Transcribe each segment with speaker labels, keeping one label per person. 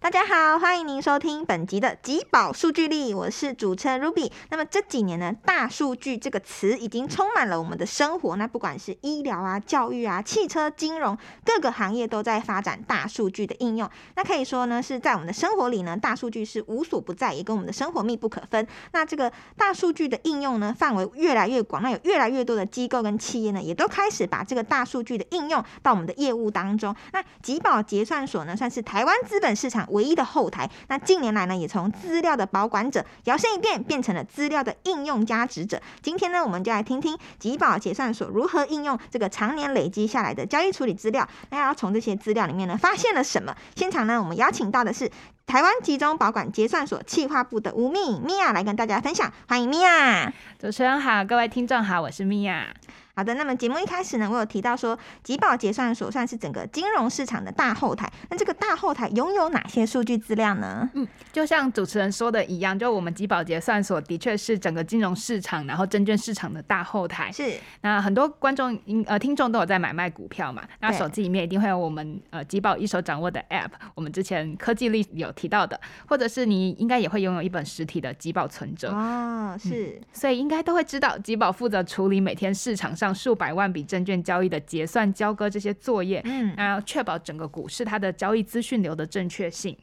Speaker 1: 大家好，欢迎您收听本集的极宝数据力，我是主持人 Ruby。那么这几年呢，大数据这个词已经充满了我们的生活。那不管是医疗啊、教育啊、汽车、金融，各个行业都在发展大数据的应用。那可以说呢，是在我们的生活里呢，大数据是无所不在，也跟我们的生活密不可分。那这个大数据的应用呢，范围越来越广，那有越来越多的机构跟企业呢，也都开始把这个大数据的应用到我们的业务当中。那集宝结算所呢，算是台湾资本市场唯一的后台。那近年来呢，也从资料的保管者摇身一变，变成了资料的应用加值者。今天呢，我们就来听听集宝结算所如何应用这个常年累积下来的交易处理资料，那要从这些资料里面呢，发现了什么？现场呢，我们邀请到的是台湾集中保管结算所企划部的吴宓米娅来跟大家分享，欢迎米娅。
Speaker 2: 主持人好，各位听众好，我是米娅。
Speaker 1: 好的，那么节目一开始呢，我有提到说，集宝结算所算是整个金融市场的大后台。那这个大后台拥有哪些数据资料呢？
Speaker 2: 嗯就像主持人说的一样，就我们集宝结算所的确是整个金融市场，然后证券市场的大后台。
Speaker 1: 是
Speaker 2: 那很多观众应呃听众都有在买卖股票嘛，那
Speaker 1: 对
Speaker 2: 手机里面一定会有我们呃集宝一手掌握的 App，我们之前科技力有提到的，或者是你应该也会拥有一本实体的集宝存折。
Speaker 1: 哦，是、
Speaker 2: 所以应该都会知道，集宝负责处理每天市场上数百万笔证券交易的结算、交割这些作业，
Speaker 1: 嗯，
Speaker 2: 那要确保整个股市它的交易资讯流的正确性。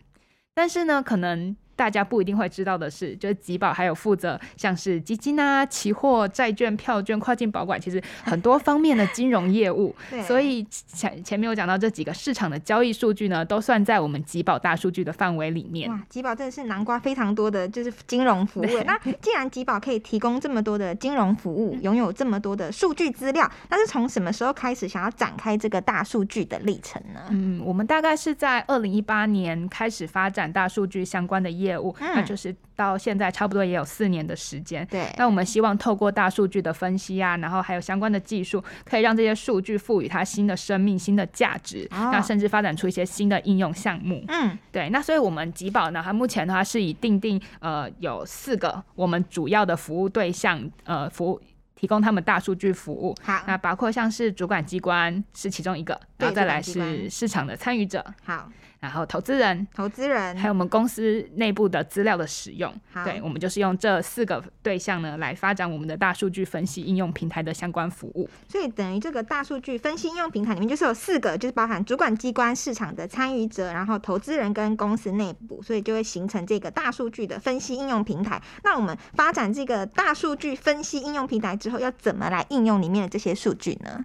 Speaker 2: 但是呢，可能大家不一定会知道的是，就是集保还有负责像是基金啊、期货、债券、票券、跨境保管，其实很多方面的金融业务。
Speaker 1: 对，
Speaker 2: 所以前前面有讲到这几个市场的交易数据呢，都算在我们集保大数据的范围里面。
Speaker 1: 哇，集宝真的是南瓜非常多的就是金融服 务。那既然集宝可以提供这么多的金融服务，
Speaker 2: 嗯
Speaker 1: 拥有这么多的数据资料，那是从什么时候开始想要展开这个大数据的历程呢？
Speaker 2: 嗯，我们大概是在二零一八年开始发展大数据相关的
Speaker 1: 嗯
Speaker 2: 业务，那就是到现在差不多也有四年的时间。
Speaker 1: 对，
Speaker 2: 那我们希望透过大数据的分析啊，然后还有相关的技术，可以让这些数据赋予它新的生命、新的价值，
Speaker 1: 哦
Speaker 2: 那甚至发展出一些新的应用项目。
Speaker 1: 嗯，
Speaker 2: 对，那所以我们集宝呢，它目前的话是以定定呃有四个我们主要的服务对象呃服务。提供他们大数据服务，
Speaker 1: 好
Speaker 2: 那包括像是主管机关是其中一个，
Speaker 1: 对
Speaker 2: 然后再来
Speaker 1: 主管机
Speaker 2: 是
Speaker 1: 关
Speaker 2: 市场的参与者，
Speaker 1: 好，
Speaker 2: 然后投资人，
Speaker 1: 投资人
Speaker 2: 还有我们公司内部的资料的使用
Speaker 1: 好，
Speaker 2: 对我们就是用这四个对象呢来发展我们的大数据分析应用平台的相关服务。
Speaker 1: 所以等于这个大数据分析应用平台里面，就是有四个，就是包含主管机关、市场的参与者，然后投资人跟公司内部，所以就会形成这个大数据的分析应用平台。那我们发展这个大数据分析应用平台之后，要怎么来应用里面的这些数据呢？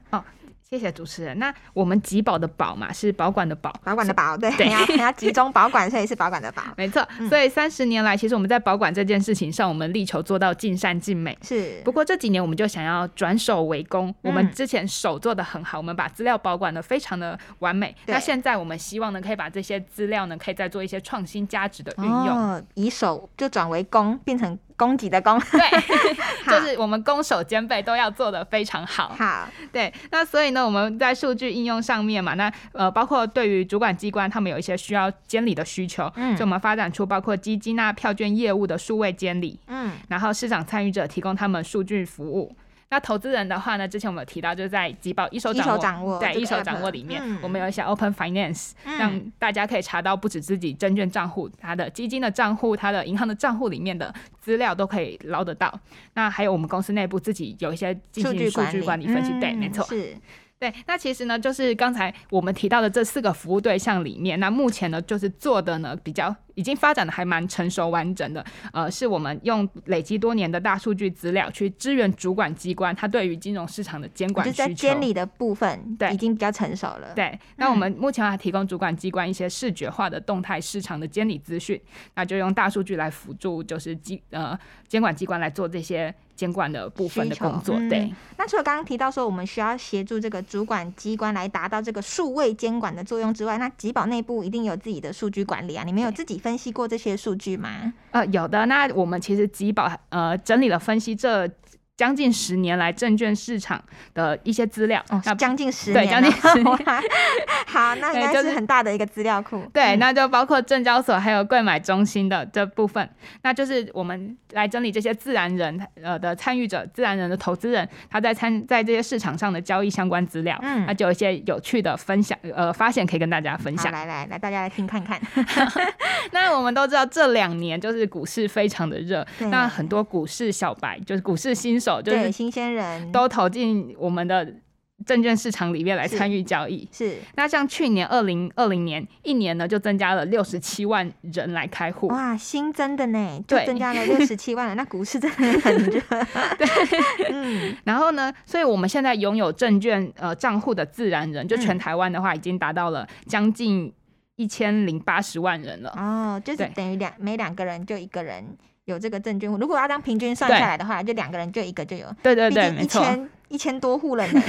Speaker 2: 谢谢主持人。那我们集保的保嘛是保管的保，
Speaker 1: 保管的保，对，你要你要集中保管，所以是保管的保，
Speaker 2: 没错。所以三十年来，其实我们在保管这件事情上，我们力求做到尽善尽美。
Speaker 1: 是
Speaker 2: 不过这几年我们就想要转手为攻，我
Speaker 1: 嗯
Speaker 2: 们之前手做的很好，我们把资料保管的非常的完美。
Speaker 1: 对
Speaker 2: 那现在我们希望呢，可以把这些资料呢，可以再做一些创新价值的运用。
Speaker 1: 哦，以守就转为攻，变成供给的攻，
Speaker 2: 对，
Speaker 1: 好
Speaker 2: 就是我们攻守兼备都要做得非常好。
Speaker 1: 好，
Speaker 2: 对，那所以呢，我们在数据应用上面嘛，那呃，包括对于主管机关他们有一些需要监理的需求，
Speaker 1: 嗯
Speaker 2: 所以我们发展出包括基金啊、票券业务的数位监理，
Speaker 1: 嗯，
Speaker 2: 然后市场参与者提供他们数据服务。那投资人的话呢，之前我们有提到，就是在集保一手
Speaker 1: 一
Speaker 2: 掌握，
Speaker 1: 手掌握
Speaker 2: 对
Speaker 1: 这个
Speaker 2: 一手
Speaker 1: app
Speaker 2: 掌握里面，
Speaker 1: 嗯
Speaker 2: 我们有一些 Open Finance，、
Speaker 1: 嗯
Speaker 2: 让大家可以查到不止自己证券账户、它的基金的账户、它的银行的账户里面的资料都可以捞得到。那还有我们公司内部自己有一些进
Speaker 1: 数
Speaker 2: 行
Speaker 1: 据
Speaker 2: 数
Speaker 1: 管
Speaker 2: 据管理分析，对，
Speaker 1: 嗯
Speaker 2: 没错。
Speaker 1: 是
Speaker 2: 对，那其实呢，就是刚才我们提到的这四个服务对象里面，那目前呢，就是做的呢比较已经发展的还蛮成熟完整的，呃，是我们用累积多年的大数据资料去支援主管机关，它对于金融市场的监管
Speaker 1: 就
Speaker 2: 需
Speaker 1: 是
Speaker 2: 求。
Speaker 1: 在监理的部分，
Speaker 2: 对
Speaker 1: 已经比较成熟了，
Speaker 2: 对，那我
Speaker 1: 嗯
Speaker 2: 们目前还提供主管机关一些视觉化的动态市场的监理资讯，那就用大数据来辅助，就是机呃监管机关来做这些监管的部分的
Speaker 1: 需求
Speaker 2: 工作。
Speaker 1: 嗯
Speaker 2: 对，
Speaker 1: 那除了刚刚提到说我们需要协助这个主管机关来达到这个数位监管的作用之外，那集保内部一定有自己的数据管理啊。你们有自己分析过这些数据吗？
Speaker 2: 呃，有的。那我们其实集保呃整理了分析这将近十年来证券市场的一些资料。
Speaker 1: 哦
Speaker 2: 那，
Speaker 1: 将近十
Speaker 2: 对
Speaker 1: 年了，
Speaker 2: 将近十年
Speaker 1: 哇 好，那应
Speaker 2: 对
Speaker 1: 该
Speaker 2: 就是是
Speaker 1: 很大的一个资料库。
Speaker 2: 对，
Speaker 1: 嗯
Speaker 2: 那就包括证交所还有购买中心的这部分，那就是我们来整理这些自然人呃的参与者、自然人的投资人，他在参在这些市场上的交易相关资料，
Speaker 1: 嗯
Speaker 2: 那就有一些有趣的分享呃发现可以跟大家分
Speaker 1: 好，
Speaker 2: 享。
Speaker 1: 来来来，大家来听看看。
Speaker 2: 那我们都知道这两年就是股市非常的热，
Speaker 1: 对
Speaker 2: 那很多股市小白就是股市新手，就
Speaker 1: 嗯对，
Speaker 2: 是
Speaker 1: 新鲜人
Speaker 2: 都投进我们的证券市场里面来参与交易。
Speaker 1: 是
Speaker 2: 那像去年二零二零年一年呢，就增加了六十七万人来开户，
Speaker 1: 哇，新增的呢，就
Speaker 2: 对
Speaker 1: 增加了六十七万了。那股市真的很热，嗯，
Speaker 2: 然后呢，所以我们现在拥有证券呃账户的自然人，就全
Speaker 1: 嗯
Speaker 2: 台湾的话，已经达到了将近一千零八十万人了。
Speaker 1: 哦，就是
Speaker 2: 对
Speaker 1: 等于两每两个人就一个人有这个证券户。如果要当平均算
Speaker 2: 对
Speaker 1: 下来的话，就两个人就一个就有。
Speaker 2: 对对
Speaker 1: 毕
Speaker 2: 对，
Speaker 1: 竟
Speaker 2: 没
Speaker 1: 一
Speaker 2: 错，
Speaker 1: 千一千多户了呢。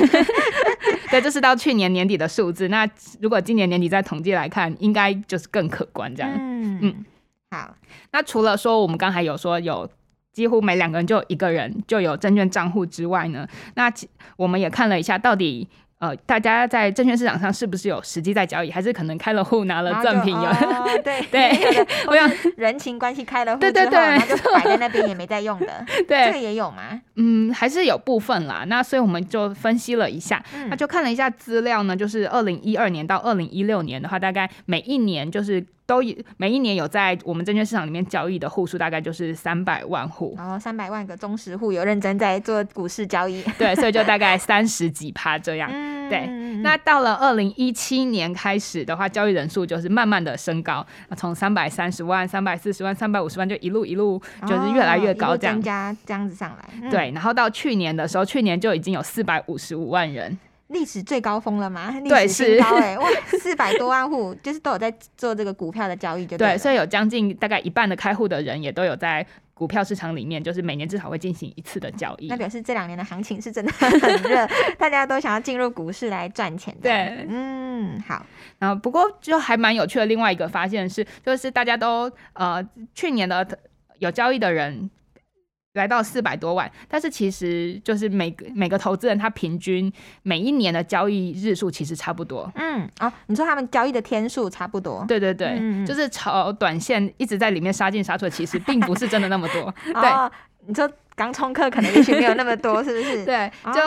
Speaker 2: 对，这是到去年年底的数字。那如果今年年底再统计来看，应该就是更可观 这样。
Speaker 1: 嗯
Speaker 2: 嗯
Speaker 1: 好，
Speaker 2: 那除了说我们刚才有说有几乎每两个人就有一个人就有证券账户之外呢，那其我们也看了一下到底。呃，大家在证券市场上是不是有实际在交易，还是可能开了户拿了
Speaker 1: 然后就
Speaker 2: 赠品有？
Speaker 1: 哦、对
Speaker 2: 对
Speaker 1: 有 的
Speaker 2: 我想
Speaker 1: 人情关系开了户
Speaker 2: 对
Speaker 1: 之
Speaker 2: 对
Speaker 1: 后，
Speaker 2: 对
Speaker 1: 然后就摆在那边也没再用的，这
Speaker 2: 对
Speaker 1: 个，也有吗？
Speaker 2: 嗯，还是有部分啦。那所以我们就分析了一下，
Speaker 1: 嗯
Speaker 2: 那就看了一下资料呢，就是二零一二年到二零一六年的话，大概每一年就是都有每一年有在我们证券市场里面交易的户数大概就是三百万户，
Speaker 1: 然后三百万个忠实户有认真在做股市交易，
Speaker 2: 对，所以就大概三十几趴这样。
Speaker 1: 嗯
Speaker 2: 对
Speaker 1: 嗯嗯
Speaker 2: 那到了二零一七年开始的话，交易人数就是慢慢的升高，从三百三十万、三百四十万、三百五十万就一路一路就是越来越
Speaker 1: 哦一
Speaker 2: 高
Speaker 1: 路
Speaker 2: 这样。
Speaker 1: 增加这样子上来，嗯，
Speaker 2: 对，然后到去年的时候，去年就已经有四百五十五万人，
Speaker 1: 历史最高峰了吗？历
Speaker 2: 对
Speaker 1: 史新
Speaker 2: 是
Speaker 1: 高哎、哇，四百多万 户就是都有在做这个股票的交易就
Speaker 2: 对，
Speaker 1: 了
Speaker 2: 所以有将近大概一半的开户的人也都有在股票市场里面，就是每年至少会进行一次的交易
Speaker 1: 那。表示这两年的行情是真的很 热，大家都想要进入股市来赚钱的。
Speaker 2: 对
Speaker 1: 嗯，好，
Speaker 2: 然后不过就还蛮有趣的，另外一个发现是，就是大家都呃去年的有交易的人。来到四百多万，但是其实就是每个每个投资人他平均每一年的交易日数其实差不多，
Speaker 1: 嗯，哦，你说他们交易的天数差不多，
Speaker 2: 对对对，
Speaker 1: 嗯嗯
Speaker 2: 就是朝短线一直在里面杀进杀出，其实并不是真的那么 多，对，
Speaker 1: 哦，你说刚冲客可能也许没有那么多，是不是？
Speaker 2: 对，
Speaker 1: 哦
Speaker 2: 就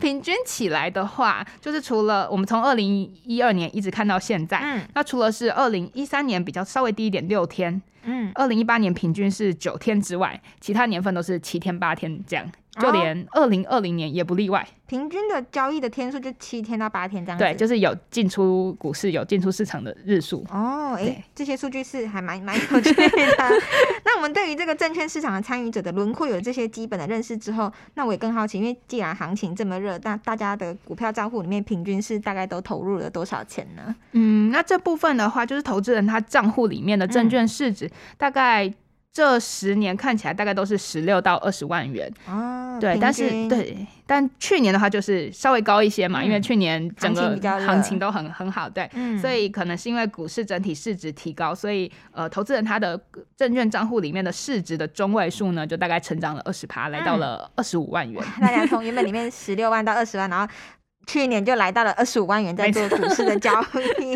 Speaker 2: 平均起来的话，就是除了我们从二零一二年一直看到现在，
Speaker 1: 嗯
Speaker 2: 那除了是二零一三年比较稍微低一点六天，
Speaker 1: 嗯，
Speaker 2: 二零一八年平均是九天之外，其他年份都是七天八天这样，就
Speaker 1: 哦
Speaker 2: 连二零二零年也不例外。
Speaker 1: 平均的交易的天数就七天到八天这样子。
Speaker 2: 对，就是有进出股市、有进出市场的日数。
Speaker 1: 哦，诶
Speaker 2: 对，
Speaker 1: 这些数据是还蛮蛮有趣的。 那我们对于这个证券市场的参与者的轮廓有这些基本的认识之后，那我也更好奇，因为既然行情这么热，那大家的股票账户里面平均是大概都投入了多少钱呢？
Speaker 2: 嗯，那这部分的话，就是投资人他账户里面的证券市值、大概。这十年看起来大概都是十六到二十万元，
Speaker 1: 哦，
Speaker 2: 对，
Speaker 1: 平
Speaker 2: 但是
Speaker 1: 均，
Speaker 2: 对，但去年的话就是稍微高一些嘛，因为
Speaker 1: 嗯
Speaker 2: 去年整
Speaker 1: 行情
Speaker 2: 个
Speaker 1: 比较热
Speaker 2: 行情都很很好，对。
Speaker 1: 嗯
Speaker 2: 所以可能是因为股市整体市值提高，所以呃，投资人他的证券账户里面的市值的中位数呢，就大概成长了二十趴，来到
Speaker 1: 嗯
Speaker 2: 了二十五万元。
Speaker 1: 大家从原本里面十六万到二十万，然后去年就来到了二十五万元，在做股市的交易。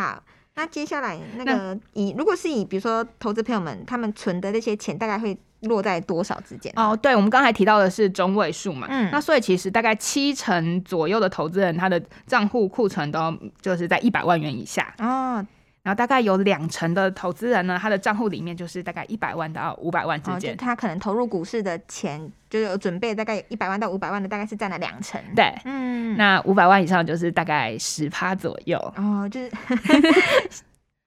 Speaker 1: 好，那接下来那个以如果是以比如说投资朋友们他们存的那些钱，大概会落在多少之间？
Speaker 2: 哦，对，我们刚才提到的是中位数嘛，
Speaker 1: 嗯
Speaker 2: 那所以其实大概七成左右的投资人，他的账户库存都就是在一百万元以下，
Speaker 1: 哦，
Speaker 2: 然后大概有两成的投资人呢，他的账户里面就是大概一百万到五百万之
Speaker 1: 哦，
Speaker 2: 间
Speaker 1: 就。他可能投入股市的钱，就是有准备大概一百万到五百万的，大概是占了两成。，
Speaker 2: 对，
Speaker 1: 嗯，
Speaker 2: 那五百万以上就是大概十趴左右。
Speaker 1: 哦， 就是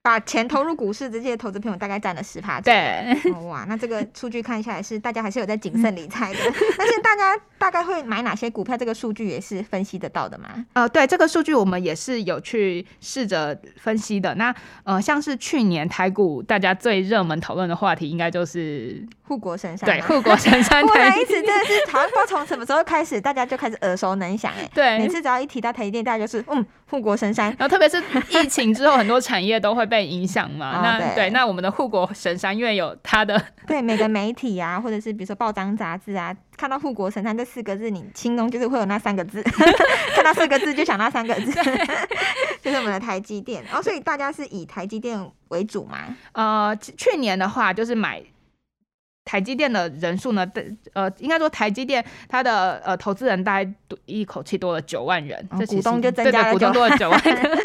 Speaker 1: 把钱投入股市的这些投资朋友大概占了十趴。。
Speaker 2: 对，
Speaker 1: 哦哇，那这个数据看下来是大家还是有在谨慎理 财的，但是大家大概会买哪些股票，这个数据也是分析得到的嘛？
Speaker 2: 呃，对这个数据我们也是有去试着分析的。那呃，像是去年台股大家最热门讨论的话题，应该就是
Speaker 1: 护国神山
Speaker 2: 对
Speaker 1: 嘛。
Speaker 2: 护国神山
Speaker 1: 护
Speaker 2: 台
Speaker 1: 一直真的是好像不知道从什么时候开始，大家就开始耳熟能详哎。
Speaker 2: 对
Speaker 1: 每次只要一提到台积电，大家就是嗯，护国神山。
Speaker 2: 然后特别是疫情之后，很多产业都会被被影响嘛。
Speaker 1: 哦
Speaker 2: 那
Speaker 1: 对
Speaker 2: 对，那我们的护国神山因为有它的
Speaker 1: 对每个媒体啊，或者是比如说报章杂志啊，看到“护国神山”这四个字，你心中就是会有那三个字， 看到四个字就想那三个字， 就是我们的台积电。哦，所以大家是以台积电为主 嘛？
Speaker 2: 呃，去去年的话就是买。台积电的人数呢，呃，应该说台积电它的呃投资人大概多一口气多了九万人，
Speaker 1: 哦
Speaker 2: 这其实
Speaker 1: 股东就增
Speaker 2: 对
Speaker 1: 加
Speaker 2: 对
Speaker 1: 了
Speaker 2: 股东
Speaker 1: 9
Speaker 2: 多了九 万人，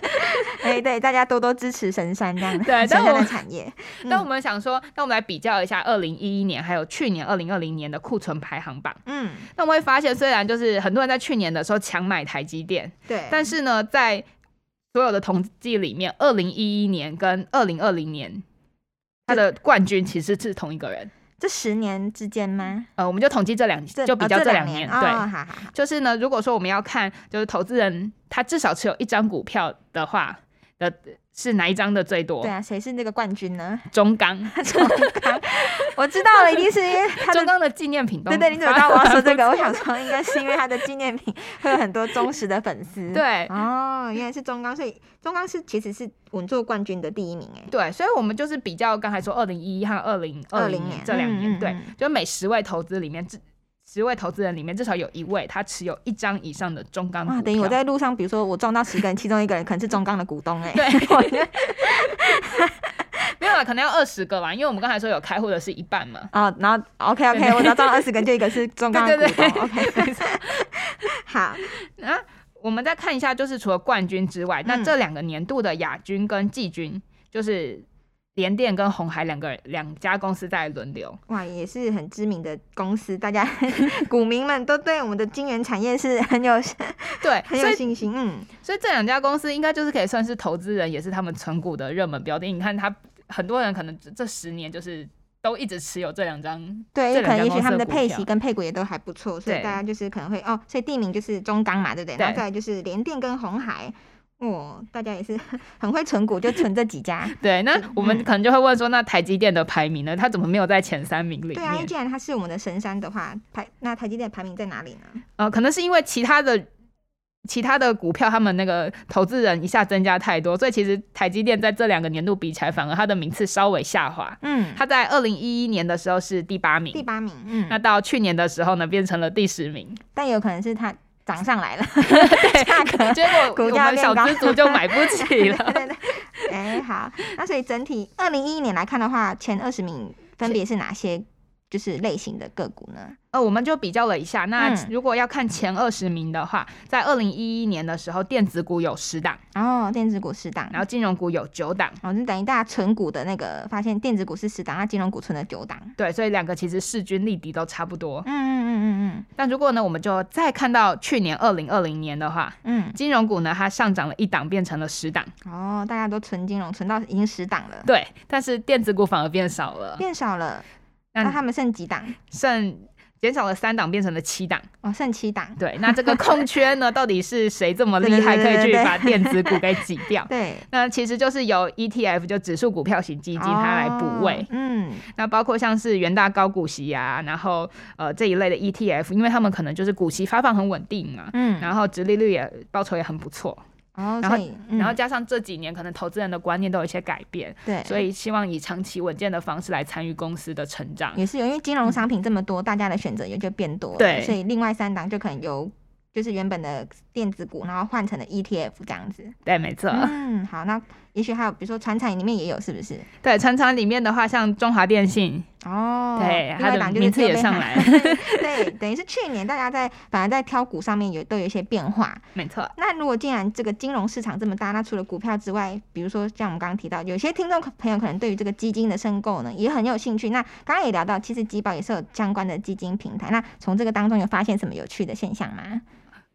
Speaker 1: 哎，对，大家多多支持神山这样的
Speaker 2: 对但
Speaker 1: 神山的
Speaker 2: 我
Speaker 1: 产业。嗯
Speaker 2: 那我们想说，那我们来比较一下二零一一年还有去年二零二零年的库存排行榜。
Speaker 1: 嗯，
Speaker 2: 那我们会发现，虽然就是很多人在去年的时候强买台积电，
Speaker 1: 对，
Speaker 2: 但是呢，在所有的统计里面，二零一一年跟二零二零年，它的冠军其实是同一个人。
Speaker 1: 这十年之间吗？
Speaker 2: 呃，我们就统计这两，
Speaker 1: 这
Speaker 2: 就比较
Speaker 1: 哦、
Speaker 2: 这
Speaker 1: 这
Speaker 2: 两
Speaker 1: 年，
Speaker 2: 对。
Speaker 1: 哦，好好。
Speaker 2: 就是呢，如果说我们要看，就是投资人他至少持有一张股票的话的，是哪一张的最多
Speaker 1: 对？啊，谁是那个冠军呢？
Speaker 2: 中钢，
Speaker 1: 我知道了，一定是因为 他
Speaker 2: 中
Speaker 1: 的。
Speaker 2: 钢的纪念品都
Speaker 1: 对对，你怎么知道我要说这个？我想说，应该是因为他的纪念品会有很多忠实的粉丝。，
Speaker 2: 对
Speaker 1: 哦，原来是中钢，所以中钢是其实是稳坐冠军的第一名哎。
Speaker 2: 对，所以我们就是比较刚才说二零一一和二零二零
Speaker 1: 20年
Speaker 2: 这两
Speaker 1: 嗯
Speaker 2: 年，
Speaker 1: 嗯
Speaker 2: 对
Speaker 1: 嗯，
Speaker 2: 就每十位投资里面至。十位投资人里面，至少有一位他持有一张以上的中钢股
Speaker 1: 哇，
Speaker 2: 票。
Speaker 1: 等于我在路上，比如说我撞到十个人，其中一个人可能是中钢的股东哎。
Speaker 2: 对
Speaker 1: 我觉得
Speaker 2: 没有了，可能要二十个吧，因为我们刚才说有开户的是一 半嘛。
Speaker 1: 哦，然后 OK
Speaker 2: 对
Speaker 1: OK，我只要撞到二十个人，就一个是中钢的股东。OK，好，
Speaker 2: 那我们再看一下，就是除了冠军之外，那
Speaker 1: 嗯
Speaker 2: 这两个年度的亚军跟季军，就是联电跟红海两个两家公司在轮流。
Speaker 1: 哇，也是很知名的公司，大家 股民们都对我们的晶圆产业是很有
Speaker 2: 对，
Speaker 1: 很
Speaker 2: 所
Speaker 1: 有
Speaker 2: 以
Speaker 1: 信心。嗯，
Speaker 2: 所以这两家公司应该就是可以算是投资人，也是他们存股的热门标的。你看他，很多人可能这这十年就是都一直持有这两张。
Speaker 1: 对，
Speaker 2: 这
Speaker 1: 可能
Speaker 2: 两家
Speaker 1: 也许
Speaker 2: 公
Speaker 1: 他
Speaker 2: 司
Speaker 1: 们
Speaker 2: 的
Speaker 1: 的
Speaker 2: 股
Speaker 1: 配
Speaker 2: 票
Speaker 1: 息跟配股也都还不错，所以
Speaker 2: 对
Speaker 1: 大家就是可能会哦，所以地名就是中钢嘛，对不对？
Speaker 2: 对
Speaker 1: 然后再来就是联电跟红海，哦，大家也是 很会存股，就存这几 家。
Speaker 2: 对，那我们
Speaker 1: 嗯
Speaker 2: 可能就会问说，那台积电的排名呢？它怎么没有在前三名里
Speaker 1: 对啊，
Speaker 2: 面？
Speaker 1: 既然它是我们的神山的话，排那台积电排名在哪里呢？
Speaker 2: 呃，可能是因为其他的其他的股票，他们那个投资人一下增加太多，所以其实台积电在这两个年度比起来，反而它的名次稍微下滑。
Speaker 1: 嗯，
Speaker 2: 它在二零一一年的时候是第八
Speaker 1: 第
Speaker 2: 名，
Speaker 1: 八名，嗯，
Speaker 2: 那到去年的时候呢，变成了第十 名。
Speaker 1: 但有可能是它涨上 来了，价格
Speaker 2: 对，结果
Speaker 1: 股
Speaker 2: 我
Speaker 1: 价
Speaker 2: 们
Speaker 1: 变
Speaker 2: 小
Speaker 1: 高
Speaker 2: 资族就买不 起
Speaker 1: 对
Speaker 2: 了。
Speaker 1: 对对，哎、好，那所以整体二零一一年来看的话，前二十名分别是哪些就是类型的个股呢？
Speaker 2: 呃，我们就比较了一下，那
Speaker 1: 嗯
Speaker 2: 如果要看前二十名的话，在二零一一年的时候，电子股有十档，
Speaker 1: 然后哦电子股十档，
Speaker 2: 然后金融股有九档。
Speaker 1: 哦，就等于大家存股的那个，发现电子股是十档，那金融股存了九档。
Speaker 2: 对，所以两个其实势均力敌，都差不多。
Speaker 1: 嗯嗯嗯
Speaker 2: 但如果呢，我们就再看到去年二零二零年的话，
Speaker 1: 嗯
Speaker 2: 金融股呢它上涨了一档，变成了十档，
Speaker 1: 嗯，哦，大家都存金融，存到已经十档了，
Speaker 2: 对，但是电子股反而变少了，
Speaker 1: 变少了，那
Speaker 2: 那
Speaker 1: 他们剩几档？
Speaker 2: 剩减少了三档，变成了七档，
Speaker 1: 哦，剩七档。
Speaker 2: 对，那这个空缺呢，到底是谁这么厉 害，
Speaker 1: 对对
Speaker 2: 可
Speaker 1: 对
Speaker 2: 以
Speaker 1: 对
Speaker 2: 去
Speaker 1: 对？
Speaker 2: 把电子股给挤掉
Speaker 1: 对，
Speaker 2: 那其实就是由 ETF 就指数股票型基金它来补位
Speaker 1: 哦，嗯，
Speaker 2: 那包括像是元大高股息啊，然后呃这一类的 ETF，因为他们可能就是股息发放很稳定嘛，
Speaker 1: 嗯
Speaker 2: 然后殖利率也报酬也很不错，
Speaker 1: 哦，
Speaker 2: 然
Speaker 1: 所
Speaker 2: 后
Speaker 1: 以，
Speaker 2: 然后
Speaker 1: 嗯
Speaker 2: 加上这几年可能投资人的观念都有一些改变，
Speaker 1: 对，
Speaker 2: 所以希望以长期稳健的方式来参与公司的成长。
Speaker 1: 也是有，因为金融商品这么多，大家的选择也就变多了，
Speaker 2: 对
Speaker 1: 所以另外三档就可能由就是原本的电子股，然后换成了 ETF 这样子。
Speaker 2: 对，没错。
Speaker 1: 嗯，好，那也许还有，比如说船产里面也有，是不是？
Speaker 2: 对，常常里面的话，像中华电信，
Speaker 1: 哦，
Speaker 2: 对，
Speaker 1: 另
Speaker 2: 它
Speaker 1: 外档就
Speaker 2: 的
Speaker 1: 是
Speaker 2: 名次也
Speaker 1: 特别
Speaker 2: 上
Speaker 1: 好，
Speaker 2: 来 了，
Speaker 1: 对，等于是去年大家在反而在挑股上面有都有一些变化。
Speaker 2: 没错。
Speaker 1: 那如果既然这个金融市场这么大，那除了股票之外，比如说像我们刚刚提到，有些听众朋友可能对于这个基金的申购呢也很有兴趣。那刚刚也聊到，其实集宝也是有相关的基金平台。那从这个当中有发现什么有趣的现象吗？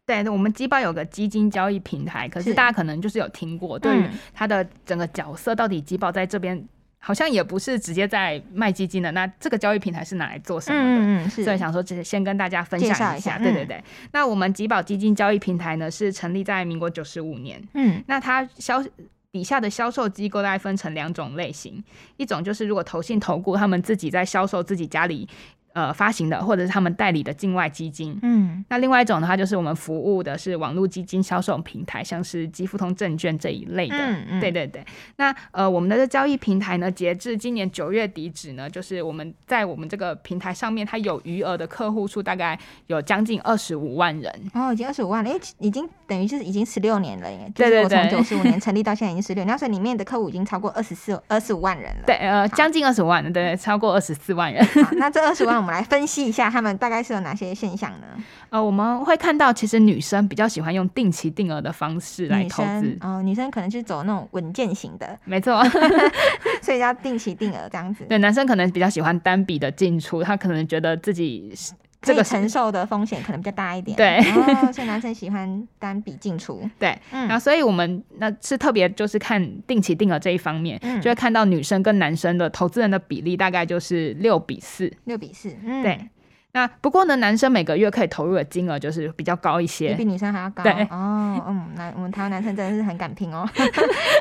Speaker 2: 对，我们基宝有个基金交易平台，可是
Speaker 1: 是嗯
Speaker 2: 大家可能就是有听过，对于它的整个角色到底基宝在这边好像也不是直接在卖基金的，那这个交易平台是拿来做什么的？
Speaker 1: 嗯嗯嗯，是
Speaker 2: 所以想说，这先跟大家分享
Speaker 1: 介绍一
Speaker 2: 一下，
Speaker 1: 下嗯
Speaker 2: 对对对。那我们吉宝基金交易平台呢，是成立在民国九十五年。
Speaker 1: 嗯
Speaker 2: 那它销底下的销售机构大概分成两种类型，一种就是如果投信投顾他们自己在销售自己家里呃发行的，或者是他们代理的境外基金。
Speaker 1: 嗯
Speaker 2: 那另外一种的话，就是我们服务的是网络基金销售平台，像是基富通证券这一类的。
Speaker 1: 嗯嗯，
Speaker 2: 对对对，那呃，我们的这交易平台呢，截至今年九月底止呢，就是我们在我们这个平台上面，它有余额的客户数大概有将近二十五万人。
Speaker 1: 哦，已经二十五万了，因为已经等于是已经十六年了耶，就
Speaker 2: 对
Speaker 1: 是
Speaker 2: 对
Speaker 1: 我从
Speaker 2: 对
Speaker 1: 九十五年成立到现在已经十六，那所以里面的客户已经超过二十四、二十五万人了。
Speaker 2: 对，呃，将近二十万人，对，超过二十四万人。
Speaker 1: 好，那这二十万我们来分析一下，他们大概是有哪些现象呢？
Speaker 2: 呃，我们会看到，其实女生比较喜欢用定期定额的方式 来
Speaker 1: 女
Speaker 2: 投
Speaker 1: 生
Speaker 2: 资。
Speaker 1: 哦，女生可能是走那种稳健型的，
Speaker 2: 没错，
Speaker 1: 所以要定期定额这样子，
Speaker 2: 对男生可能比较喜欢单笔的进出，他可能觉得自己是
Speaker 1: 可
Speaker 2: 这
Speaker 1: 以
Speaker 2: 个
Speaker 1: 承受的风险可能比较大一点。
Speaker 2: 对
Speaker 1: 哦，所以男生喜欢单笔进出。
Speaker 2: 对，然
Speaker 1: 嗯
Speaker 2: 后所以我们那是特别就是看定期定额这一方面，
Speaker 1: 嗯
Speaker 2: 就会看到女生跟男生的投资人的比例大概就是六比四。
Speaker 1: 六比四，嗯，
Speaker 2: 对，那不过呢，男生每个月可以投入的金额就是比较高一
Speaker 1: 也比
Speaker 2: 些。
Speaker 1: 女生还要高
Speaker 2: 对
Speaker 1: 哦，嗯，那我们台湾男生真的是很敢拼哦，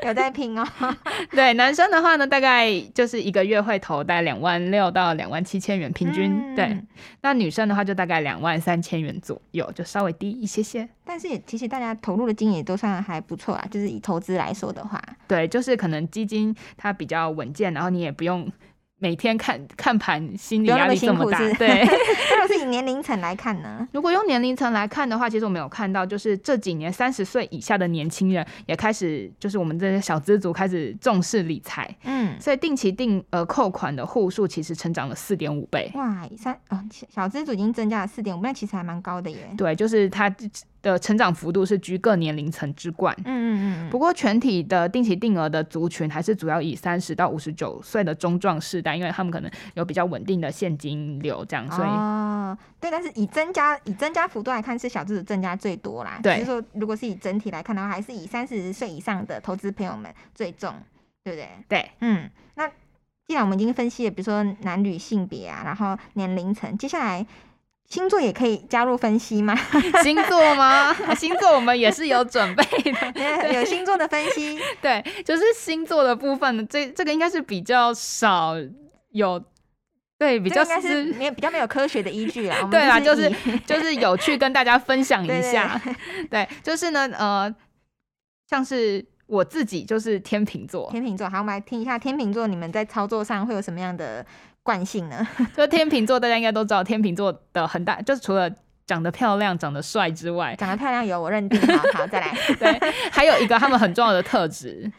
Speaker 1: 有在拼哦，
Speaker 2: 对，男生的话呢，大概就是一个月会投大概两万六到两万七千元 平均。
Speaker 1: 嗯
Speaker 2: 对，那女生的话就大概两万三千元左右，就稍微低一些些。
Speaker 1: 但是也其实大家投入的金额也都算还不错啊，就是以投资来说的话，
Speaker 2: 对，就是可能基金它比较稳健，然后你也不用每天看看盘，心理
Speaker 1: 不用那
Speaker 2: 压
Speaker 1: 么
Speaker 2: 力这
Speaker 1: 辛
Speaker 2: 么
Speaker 1: 苦
Speaker 2: 大
Speaker 1: 是。
Speaker 2: 对。
Speaker 1: 那如果是以年龄层来看呢？
Speaker 2: 如果用年龄层来看的话，其实我们有看到，就是这几年三十岁以下的年轻人也开始，就是我们这些小资族开始重视理财，
Speaker 1: 嗯，
Speaker 2: 所以定期定额扣款的户数其实成长了四点五倍。
Speaker 1: 哇，三哦，小小资主已经增加了四点五，那其实还蛮高的耶。
Speaker 2: 对，就是它的成长幅度是居各年龄层之冠。
Speaker 1: 嗯嗯嗯
Speaker 2: 不过，全体的定期定额的族群还是主要以三十到五十九岁的中壮世代，因为他们可能有比较稳定的现金流，这样，
Speaker 1: 嗯，
Speaker 2: 所以
Speaker 1: 哦，对，但是以增加以增加幅度来看，是小资主增加最多啦。
Speaker 2: 对
Speaker 1: 只是说如果是以整体来看的话，还是以三十岁以上的投资朋友们最重，对不对？
Speaker 2: 对。
Speaker 1: 嗯，那既然我们已经分析了，比如说男女性别啊，然后年龄层，接下来星座也可以加入分析吗？
Speaker 2: 星座吗？星座我们也是有准备 的。
Speaker 1: 有星座的分析，
Speaker 2: 对，就是星座的部分呢，这这个应该是比较少有，对， 比
Speaker 1: 这个
Speaker 2: 较
Speaker 1: 应该是
Speaker 2: 是
Speaker 1: 没有比较没有科学的依据啦。 我们
Speaker 2: 对啦，就是
Speaker 1: 以
Speaker 2: 就是有去跟大家分享
Speaker 1: 对
Speaker 2: 一
Speaker 1: 对
Speaker 2: 下， 对，就是呢，呃，像是我自己就是天秤座，
Speaker 1: 天秤座。好，我们来听一下天秤座，你们在操作上会有什么样的惯性呢？
Speaker 2: 就天秤座大家应该都知道，天秤座的很大，就是除了长得漂亮、长得帅之外，
Speaker 1: 长得漂亮有我认定，好好再来。
Speaker 2: 对，还有一个他们很重要的特质。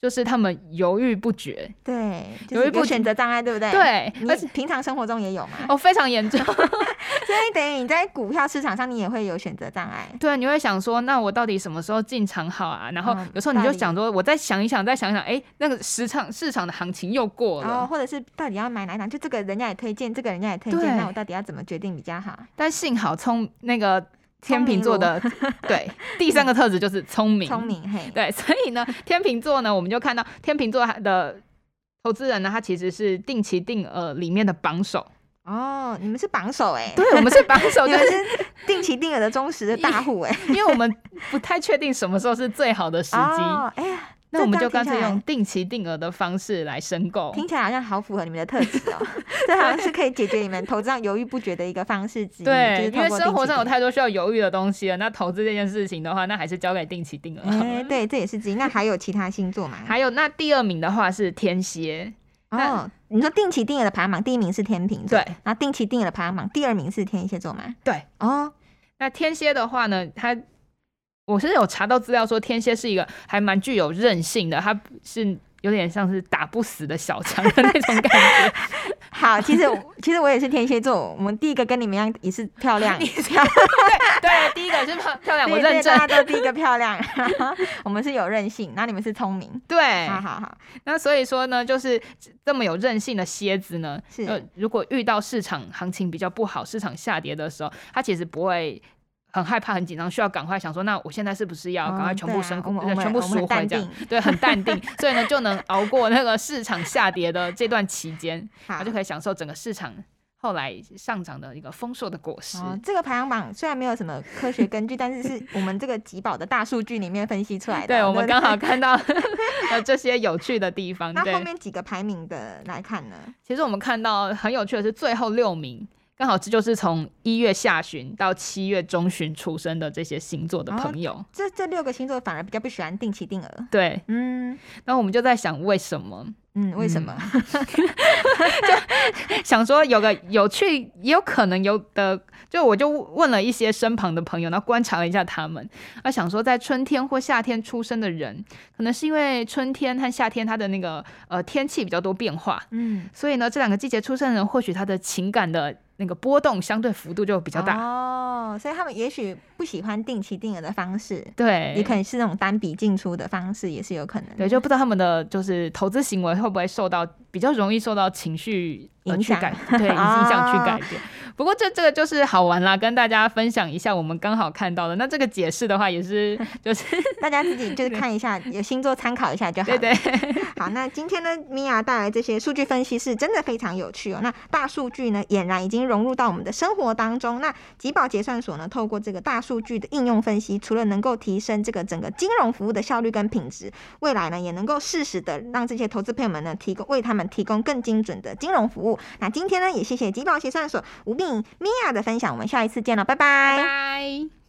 Speaker 2: 就是他们犹豫不决，
Speaker 1: 对，就
Speaker 2: 有
Speaker 1: 是
Speaker 2: 一部
Speaker 1: 有选择障碍，对不对？。
Speaker 2: 对，
Speaker 1: 你
Speaker 2: 而且
Speaker 1: 平常生活中也有 嘛？
Speaker 2: 哦非常严重，
Speaker 1: 所以等于你在股票市场上，你也会有选择障碍。
Speaker 2: 对，你会想说，那我到底什么时候进场好啊？然后
Speaker 1: 嗯
Speaker 2: 有时候你
Speaker 1: 道
Speaker 2: 就
Speaker 1: 理
Speaker 2: 想说，我再想一想，再想一想，哎，那个市场市场的行情又过
Speaker 1: 然后
Speaker 2: 了。
Speaker 1: 哦或者是到底要买哪一档，就这个人家也推荐，这个人家也推荐，
Speaker 2: 对
Speaker 1: 那我到底要怎么决定比较好？
Speaker 2: 但幸好聪那个
Speaker 1: 聪
Speaker 2: 天秤
Speaker 1: 明
Speaker 2: 座
Speaker 1: 如
Speaker 2: 的 对第三个特质就是聪明，
Speaker 1: 聪明嘿，
Speaker 2: 对，所以呢，天秤座呢，我们就看到天秤座的呃投资人呢，他其实是定期定额里面的榜首。
Speaker 1: 哦，你们是榜首哎、
Speaker 2: 对，我 们是榜首，
Speaker 1: 你
Speaker 2: 就
Speaker 1: 们
Speaker 2: 是
Speaker 1: 是定期定额的忠实的大 户哎、
Speaker 2: 因为我们不太确定什么时候是最好的时机，
Speaker 1: 哦，哎呀，
Speaker 2: 那
Speaker 1: 这
Speaker 2: 我们
Speaker 1: 这
Speaker 2: 就
Speaker 1: 样
Speaker 2: 干
Speaker 1: 听起
Speaker 2: 脆
Speaker 1: 来
Speaker 2: 用定期定额的方式来申购。
Speaker 1: 听起来好像好符合你们的特质 哦，这好像是可以解决你们投资上犹豫不决的一个方式之一，
Speaker 2: 对，
Speaker 1: 就是透
Speaker 2: 因为
Speaker 1: 过
Speaker 2: 生活
Speaker 1: 定期
Speaker 2: 上
Speaker 1: 定额
Speaker 2: 有太多需要犹豫的东西了。那投资这件事情的话，那还是交给定期定额好了。
Speaker 1: 哎、对，这也是之一。那还有其他星座吗？
Speaker 2: 还有，那第二名的话是天蝎，那
Speaker 1: 哦，你说定期定额的排行榜第一名是天秤座，
Speaker 2: 对，
Speaker 1: 然后定期定额的排行榜第二名是天蝎座嘛？
Speaker 2: 对，
Speaker 1: 哦，
Speaker 2: 那天蝎的话呢，它我是有查到资料说，天蝎是一个还蛮具有韧性的，它是有点像是打不死的小强的那种 感觉。
Speaker 1: 好，其实我其实我也是天蝎座，我们第一个跟你们一样也是漂 亮， 漂亮
Speaker 2: 对，第一个是漂漂亮，我
Speaker 1: 对对
Speaker 2: 认证。
Speaker 1: 大家都第一个漂亮， 我们是有韧性，然后你们是聪明，
Speaker 2: 对，
Speaker 1: 好好好，
Speaker 2: 那所以说呢，就是这么有韧性的蝎子呢，
Speaker 1: 是
Speaker 2: 呃，如果遇到市场行情比较不好、市场下跌的时候，它其实不会很害怕、很紧张，需要赶快想说，那我现在是不是要赶快
Speaker 1: 嗯
Speaker 2: 全
Speaker 1: 对
Speaker 2: 部
Speaker 1: 啊
Speaker 2: 升、
Speaker 1: 我们我
Speaker 2: 呃
Speaker 1: 们
Speaker 2: 全部
Speaker 1: 我们很
Speaker 2: 赎
Speaker 1: 淡
Speaker 2: 回这样
Speaker 1: 定？
Speaker 2: 对，很淡定，所以呢就能熬过那个市场下跌的这段期间，
Speaker 1: 好
Speaker 2: 然后就。可以享受整个市场后来上涨的一个丰硕的果实。
Speaker 1: 哦，这个排行榜虽然没有什么科学根据，但是是我们这个集宝的大数据里面分析出来的。
Speaker 2: 对，我们
Speaker 1: 不
Speaker 2: 刚好看到呃这些有趣的地方。
Speaker 1: 那
Speaker 2: 对
Speaker 1: 后，面几个排名的来看呢？
Speaker 2: 其实我们看到很有趣的是最后六名，刚好这就是从一月下旬到七月中旬出生的这些星座的
Speaker 1: 哦
Speaker 2: 朋友。
Speaker 1: 这这六个星座反而比较不喜欢定期定额。
Speaker 2: 对，
Speaker 1: 嗯
Speaker 2: 那我们就在想为什么？
Speaker 1: 嗯，为什么？
Speaker 2: 想说有个有趣，也有可能有的，就我就问了一些身旁的朋友，然后观察了一下他们，啊，想说在春天或夏天出生的人，可能是因为春天和夏天它的那个呃天气比较多变化，
Speaker 1: 嗯，
Speaker 2: 所以呢，这两个季节出生的人，或许他的情感的那个波动相对幅度就比
Speaker 1: 比
Speaker 2: 较大。
Speaker 1: 哦，所以他们也许不喜欢定期定额的方式，
Speaker 2: 对，
Speaker 1: 也可能是那种单笔进出的方式，也是有可能的。
Speaker 2: 对，就不知道他们的就是投资行为会不会受到比较容易受到情绪呃
Speaker 1: 影
Speaker 2: 去
Speaker 1: 响啊
Speaker 2: 改，对影响去改变。不过这这个就是好玩啦，跟大家分享一下我们刚好看到的。那这个解释的话 也是就是
Speaker 1: 大家自己就是看一下，有星座参考一下就好
Speaker 2: 对
Speaker 1: 了。
Speaker 2: 对
Speaker 1: 好，那今天呢，米娅带来这些数据分析是真的非常有趣哦。那大数据呢，俨然已经融入到我们的生活当中。那吉宝结算所呢，透过这个大数据的应用分析，除了能够提升这个整个金融服务的效率跟品质，未来呢，也能够适时的让这些投资朋友们呢，提供为他们提供更精准的金融服务。那今天呢，也谢谢吉宝结算所吴敏米娅的分享，我们下一次见了，拜拜
Speaker 2: 拜。